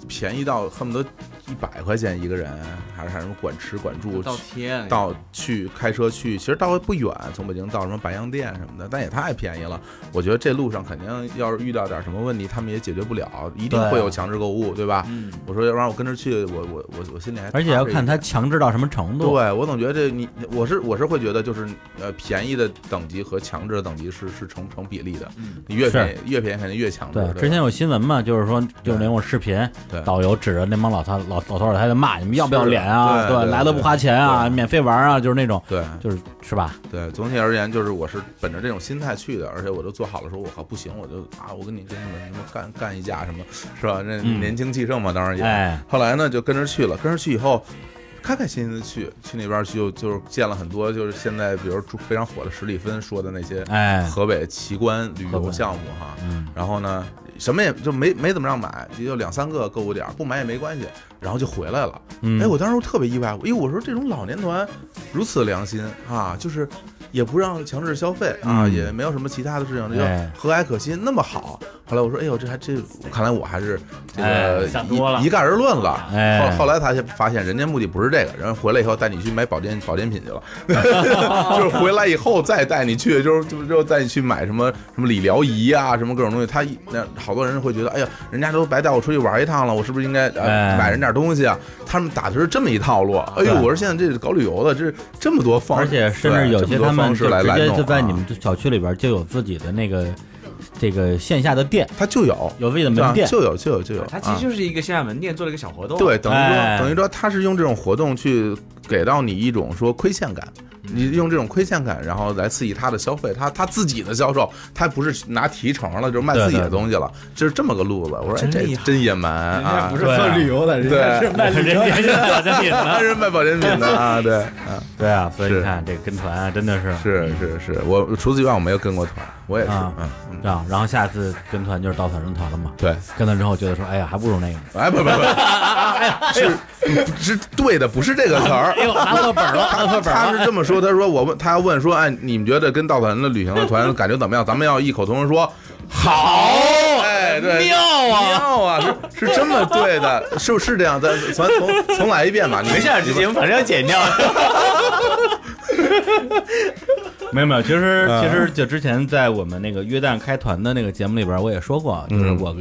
便宜到恨不得一百块钱一个人，还是还是什么管吃管住，
倒贴
哎
了
到去开车去，其实到不远，从北京到什么白洋淀什么的，但也太便宜了。我觉得这路上肯定要是遇到点什么问题，他们也解决不了，一定
对啊
会有强制购物，对吧？
嗯，
我说要不然我跟着去，我我我我心里还
而且要看他
踏实一点。
强制到什么程
对，
度。
我总觉得这你我是我是会觉得就是呃便宜的等级和强制的等级是是成成比例的，
嗯
你越
是
便宜越便宜肯定越强制。
对，
吧
之前有新闻嘛，就是说，就是那种视频
对，
导游指着那帮老太老老头老太太骂你们要不要脸啊？
是对对
来都不花钱啊，
对
免费玩啊，就是那种，
对
就是是吧？
对，总体而言就是我是本着这种心态去的，而且我都做好了，说我靠不行，我就啊，我跟你跟你们什么干干一架什么，是吧？那
嗯
年轻气盛嘛，当然也。
哎，
后来呢，就跟着去了，跟着去以后，开开心心的去，去那边去就就是见了很多，就是现在比如非常火的史蒂芬说的那些
哎，
河北奇观旅游项目哈。
嗯，
然后呢，什么也就没没怎么让买，也就两三个购物点，不买也没关系。然后就回来了。
嗯
哎，我当时特别意外，因为我说这种老年团如此良心啊，就是也不让强制消费啊，
嗯
也没有什么其他的事情，就
哎
和蔼可亲，那么好。后来我说，哎呦，这还这，看来我还是这
哎
个
想
呃一、
多了
一概而论了。
哎
后后来他才发现，人家目的不是这个，人家回来以后带你去买保健保健品去了， 就是回来以后再带你去，就是就就带你去买什么什么理疗仪啊，什么各种东西。他一那好多人会觉得，哎呀，人家都白带我出去玩一趟了，我是不是应该、呃
哎
买人点东西啊？他们打的是这么一套路。哎呦，
对
我说现在这是搞旅游的，这这么多方
而
式，
且甚至
对
有
这么
些
多
他们
方式
就
来
直
来
接
弄
就在你
啊
们小区里边就有自己的那个这个线下的店，
他就有
有自己的
对
门
吧
店，
啊就有就有就有，
它其
啊
实就是一个线下门店做了一个小活动，啊
对，等于说
哎
等于说他是用这种活动去给到你一种说亏欠感，
嗯
你用这种亏欠感，然后来刺激他的消费，他他自己的销售，他不是拿提成了，就是卖自己的东西了，就是这么个路子。我说哎
真
这
厉害
真野蛮啊
不！是做旅游的，人家是卖
人
旅游
家
的。
是保健品
他
呢。
是卖保健品的啊，对，啊
对啊，所以你
是
看这个跟团啊真的是
是是是，我除此以外我没有跟过团，我也是，
啊
嗯嗯，
啊，然后下次跟团就是稻草人团了嘛。
对，
跟了之后觉得说，哎呀，还不如那个呢。
哎不不 不，是是对的，不是这个词儿
哎。呦，拿错本儿了，拿错本儿啊
他
了。
是这么说，他说我问他要问说，哎，你们觉得跟稻草人的旅行的团感觉怎么样？咱们要异口同声说好，哎，对，
妙啊
妙啊，是是这么对的，是不是这样？咱咱重重来一遍吧，你
没事 儿，这节目反正要剪掉。
没有没有，其实
啊
其实就之前在我们那个约旦开团的那个节目里边，我也说过，就是
嗯
我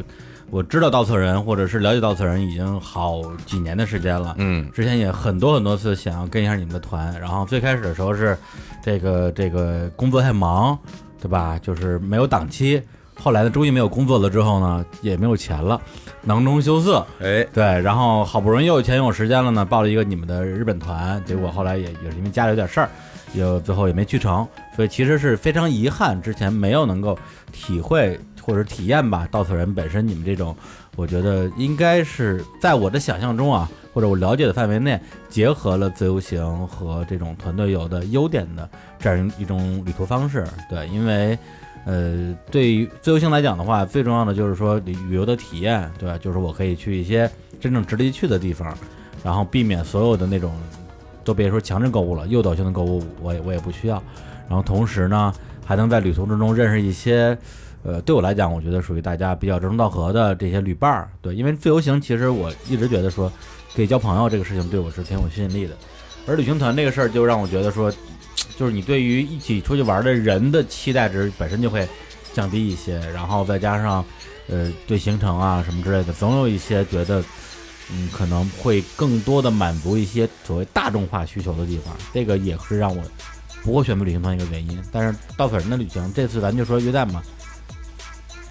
我知道稻草人或者是了解稻草人已经好几年的时间了。
嗯
之前也很多很多次想要跟一下你们的团，然后最开始的时候是这个这个工作太忙，对吧？就是没有档期。后来呢，终于没有工作了之后呢，也没有钱了，囊中羞涩。
哎，
对，然后好不容易又有钱又有时间了呢，报了一个你们的日本团，结果后来也也是因为家里有点事儿，也最后也没去成，所以其实是非常遗憾，之前没有能够体会或者体验吧稻草人本身你们这种，我觉得应该是在我的想象中啊，或者我了解的范围内，结合了自由行和这种团队游的优点的这样一种旅途方式。对，因为。呃，对于自由行来讲的话，最重要的就是说旅游的体验，对吧？就是我可以去一些真正值得一去的地方，然后避免所有的那种，都别说强制购物了，诱导性的购物我也我也不需要。然后同时呢，还能在旅途之中认识一些，呃，对我来讲，我觉得属于大家比较志同道合的这些旅伴儿。对，因为自由行其实我一直觉得说，可以交朋友这个事情对我是挺有吸引力的，而旅行团这个事儿就让我觉得说，就是你对于一起出去玩的人的期待值本身就会降低一些，然后再加上，呃，对行程啊什么之类的，总有一些觉得，嗯，可能会更多的满足一些所谓大众化需求的地方，这个也是让我不会选择旅行团一个原因。但是稻草人的旅行，这次咱就说约旦嘛，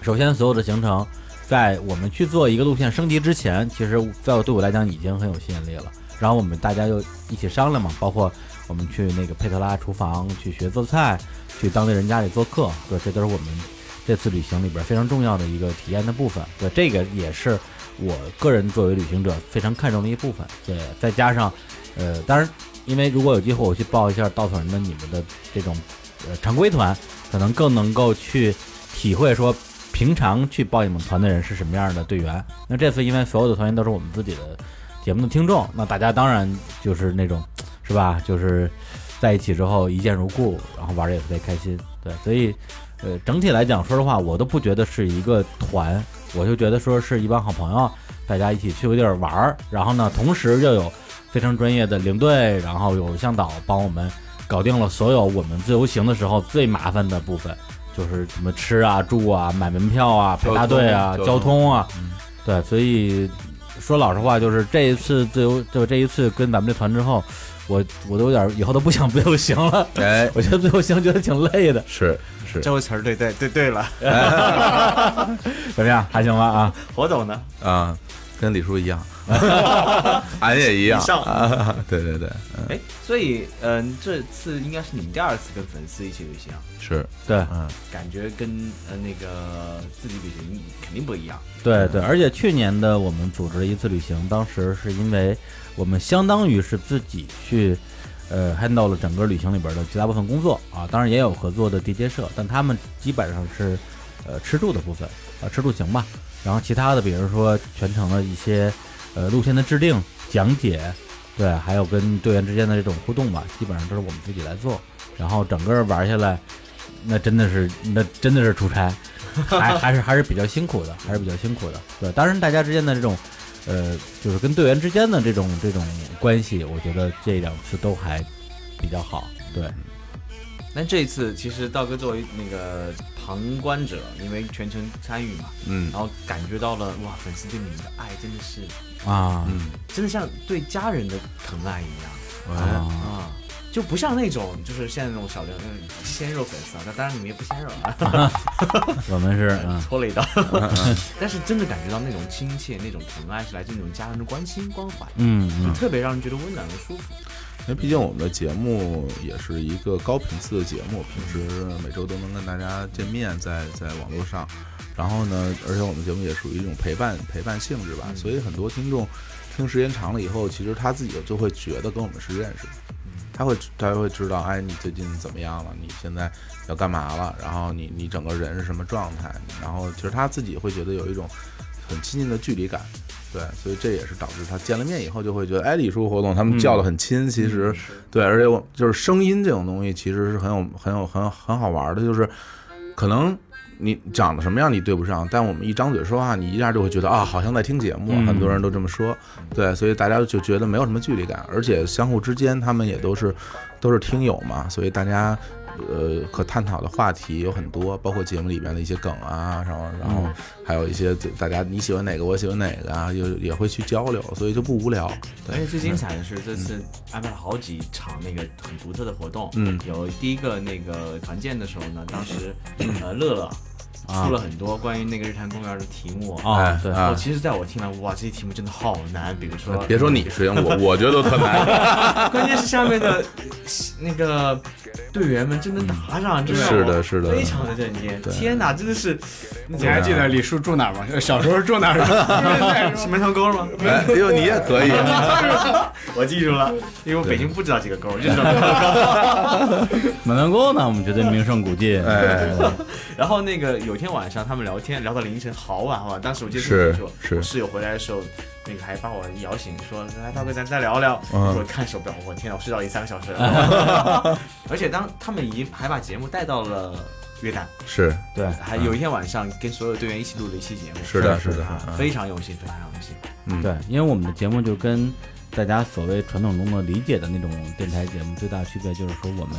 首先所有的行程。在我们去做一个路线升级之前，其实在我对我来讲已经很有吸引力了。然后我们大家又一起商量嘛，包括我们去那个佩特拉厨房去学做菜，去当地人家里做客，对，这都是我们这次旅行里边非常重要的一个体验的部分。对，这个也是我个人作为旅行者非常看重的一部分。对，再加上，呃，当然，因为如果有机会我去报一下稻草人的你们的这种呃常规团，可能更能够去体会说。平常去报你们团的人是什么样的队员？那这次因为所有的团员都是我们自己的节目的听众，那大家当然就是那种，是吧？就是在一起之后一见如故，然后玩的也特别开心。对，所以呃，整体来讲，说实话，我都不觉得是一个团，我就觉得说是一帮好朋友，大家一起去个地儿玩儿，然后呢，同时又有非常专业的领队，然后有向导帮我们搞定了所有我们自由行的时候最麻烦的部分，就是什么吃啊、住啊、买门票啊、排大队啊、
交通
交通啊，对，所以说老实话，就是这一次自由，就这一次跟咱们这团之后，我我都有点以后都不想自由行了。
哎，
我觉得自由行觉得挺累的，
是是
这回词儿对对对对了，
怎么样？还行吧啊？
火总呢？
啊，跟李叔 一样，俺也一样
以上
啊，对对对，嗯，
哎，所以嗯、这次应该是你们第二次跟粉丝一起旅行啊，
是，
对
嗯，
感觉跟呃那个自己旅行肯定不一样。
对对，而且去年的我们组织了一次旅行，当时是因为我们相当于是自己去，呃，handle 了整个旅行里边的绝大部分工作啊，当然也有合作的地接社，但他们基本上是，呃，吃住的部分啊，吃住行吧，然后其他的比如说全程的一些，呃，路线的制定、讲解，对，还有跟队员之间的这种互动吧，基本上都是我们自己来做，然后整个玩下来，那真的是那真的是出差。还还是还是比较辛苦的，还是比较辛苦的。对，当然大家之间的这种，呃，就是跟队员之间的这种这种关系，我觉得这两次都还比较好。对，
但这一次其实道哥作为那个旁观者，因为全程参与嘛，
嗯
然后感觉到了哇，粉丝对你们的爱真的是
啊，
嗯，
真的像对家人的疼爱一样。
哎，
啊，
啊，就不像那种就是现在那种小流那种鲜肉粉丝啊，那当然你们也不鲜肉啊，
我们是嗯，
戳了一刀， 但是真的感觉到那种亲切、那种疼爱是来自那种家人的关心关怀，
嗯
就
嗯，
特别让人觉得温暖和舒服。
因为毕竟我们的节目也是一个高频次的节目，平时每周都能跟大家见面在，在网络上。然后呢，而且我们节目也属于一种陪伴陪伴性质吧，所以很多听众听时间长了以后，其实他自己就会觉得跟我们是认识的。他会他会知道，哎，你最近怎么样了？你现在要干嘛了？然后你你整个人是什么状态？然后其实他自己会觉得有一种很亲近的距离感，对，所以这也是导致他见了面以后就会觉得，哎，李叔活动他们叫的很亲，其实对，而且我就是声音这种东西其实是很有很有很很好玩的，就是可能。你长得什么样你对不上，但我们一张嘴说话，你一下就会觉得啊，好像在听节目。
嗯
很多人都这么说，对，所以大家就觉得没有什么距离感，而且相互之间他们也都是都是听友嘛，所以大家呃可探讨的话题有很多，包括节目里边的一些梗啊，然后然后还有一些大家你喜欢哪个，我喜欢哪个啊，也也会去交流，所以就不无聊。
而
对
且，最精彩的是，这次安排了好几场那个很独特的活动。
嗯
有第一个那个团建的时候呢，当时呃乐乐
啊
出了很多关于那个日坛公园的题目啊。
啊
哎，
对，
然
啊
后其实在我听来，哇，这些题目真的好难。比如说，
别说你是，我我觉得都特难。
关键是下面的那个队员们真的打赏，真
嗯是
让我
的是的
非常的震惊。天哪，真的是
你还记得李叔住哪儿吗？小时候住哪儿？现
是门头沟吗？
哎，呦，你也可以。
我记住了，因为我北京不知道几个沟， 就知道门头沟。
门头沟呢，我们绝对名胜古迹，
哎，
然后那个有天晚上他们聊天聊到凌晨好晚好晚，当时我记得
是
很清楚，
是
我室友回来的时候，那个还把我摇醒说来大哥咱再聊聊，
嗯
我看手表，我天哪，我睡到一三个小时 了， 而且当他们已经还把节目带到了。约旦，
是
对，
还有一天晚上跟所有队员一起录了一期节目，
是的
是的
是的
啊
嗯
非常用心，非常用心。
嗯
对，因为我们的节目就跟大家所谓传统中的理解的那种电台节目最大区别就是说，我们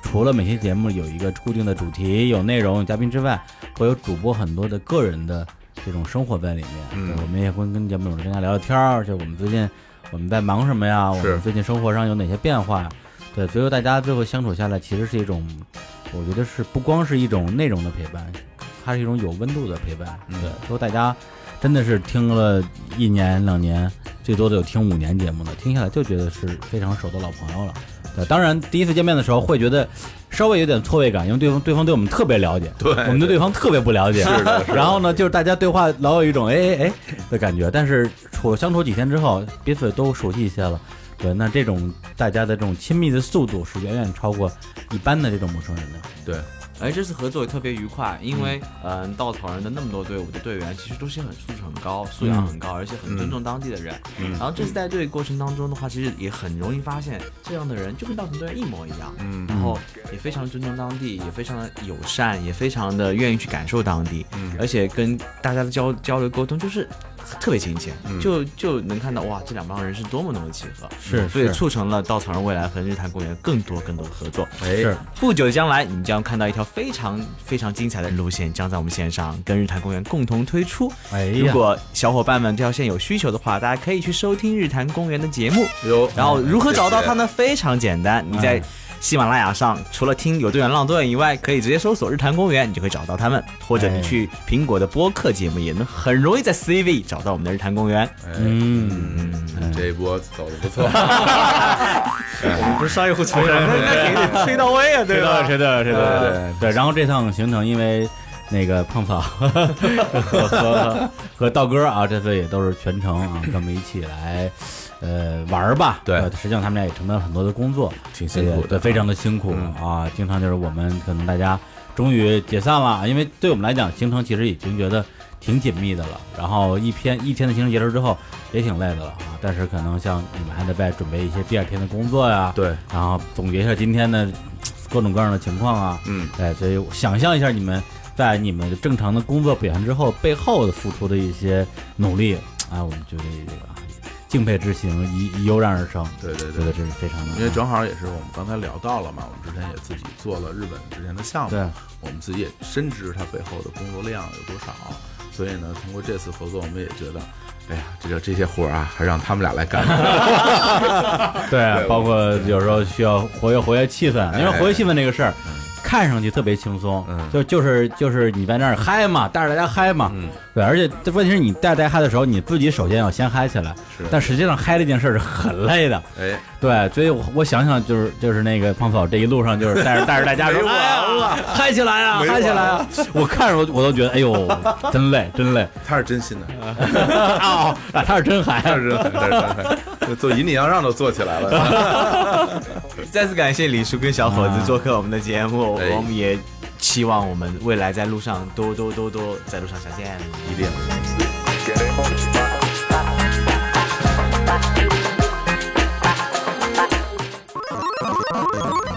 除了每期节目有一个固定的主题、有内容、有嘉宾之外，会有主播很多的个人的这种生活在里面。
嗯
对我们也会跟节目主持人跟大家聊聊天儿，哎就我们最近我们在忙什么呀？我
是
们最近生活上有哪些变化？对，所以说大家最后相处下来，其实是一种，我觉得是不光是一种内容的陪伴，它是一种有温度的陪伴。
嗯
对，说大家真的是听了一年两年，最多的有听五年节目的，听下来就觉得是非常熟的老朋友了。对，当然第一次见面的时候会觉得稍微有点错位感，因为对方对方对我们特别了解，
对
我们对对方特别不了解。
是的，是的
然后呢，就是大家对话老有一种哎哎哎的感觉，但是处相处几天之后，彼此都熟悉一些了。对，那这种大家的这种亲密的速度是远远超过一般的这种陌生人的。
对，
而这次合作也特别愉快，因为嗯、呃稻草人的那么多队伍的队员，其实都是很素质很高、素养很高，而且很尊重当地的人。
嗯
然后这次带队过程当中的话，其实也很容易发现这样的人就跟稻草队员一模一样，
嗯
然后也非常尊重当地，也非常的友善，也非常的愿意去感受当地，
嗯
而且跟大家的交交流沟通就是特别亲切，
嗯
就就能看到哇，这两帮人是多么多么契合。
是
所以促成了稻草人未来和日坛公园更多更多的合作。
哎
是
不久将来，你们将看到一条非常非常精彩的路线，将在我们线上跟日坛公园共同推出。
哎
如
呀，
果小伙伴们对这条线有需求的话，大家可以去收听日坛公园的节目。
有，
然后如何找到它呢？非常简单，你在喜马拉雅上除了听有队员浪队以外，可以直接搜索日坛公园，你就可以找到他们。或者你去苹果的播客节目也能很容易在 CV 找到我们的日坛公 园。
哎？
嗯，
嗯，这一波走的不错。
我们不是商业互吹了，那给你吹到位啊，对吧？
谁的谁的
对
对
对
对对。然后这趟行程因为。那个胖 嫂和和和道哥啊，这次也都是全程啊，跟我们一起来，呃，玩儿吧。
对
呃实际上他们俩也承担了很多的工作，
挺
这个对，非常的辛苦、
嗯
啊！经常就是我们可能大家终于解散了，因为对我们来讲，行程其实已经觉得挺紧密的了。然后一天一天的行程结束之后，也挺累的了啊。但是可能像你们还得再准备一些第二天的工作呀，，
对，
然后总结一下今天的各种各样的情况啊，
嗯，
对，所以想象一下你们在你们正常的工作表现之后，背后的付出的一些努力啊，我们觉得这个啊敬佩之情一一由然而生。
对对
觉
对
得，这是非常的，
因为正好也是我们刚才聊到了嘛，我们之前也自己做了日本之前的项目，
对，
我们自己也深知它背后的工作量有多少，所以呢，通过这次合作，我们也觉得，哎呀，这个这些活儿啊，还让他们俩来干。
对，包括有时候需要活跃活跃气氛，因为活跃气氛这个事儿，看上去特别轻松，
哎嗯
就就是就是你在那儿嗨嘛，带着大家嗨嘛，
嗯
对，而且这问题是你带着大家嗨的时候，你自己首先要先嗨起来，
是
但实际上嗨这件事儿是很累的，
哎，
对，所以我我想想就是就是那个胖嫂这一路上就是带着带着大家说，
没完
哎呀，嗨起来啊，
没完
嗨起来啊，我看着我我都觉得哎呦，真累真累，
他是真心的，
哦，啊他是真嗨，
他 是真的，做引领洋让都做起来了。
再次感谢李叔跟小伙子
啊
做客我们的节目，
哎
我们也期望我们未来在路上多多多多在路上相见。
一定。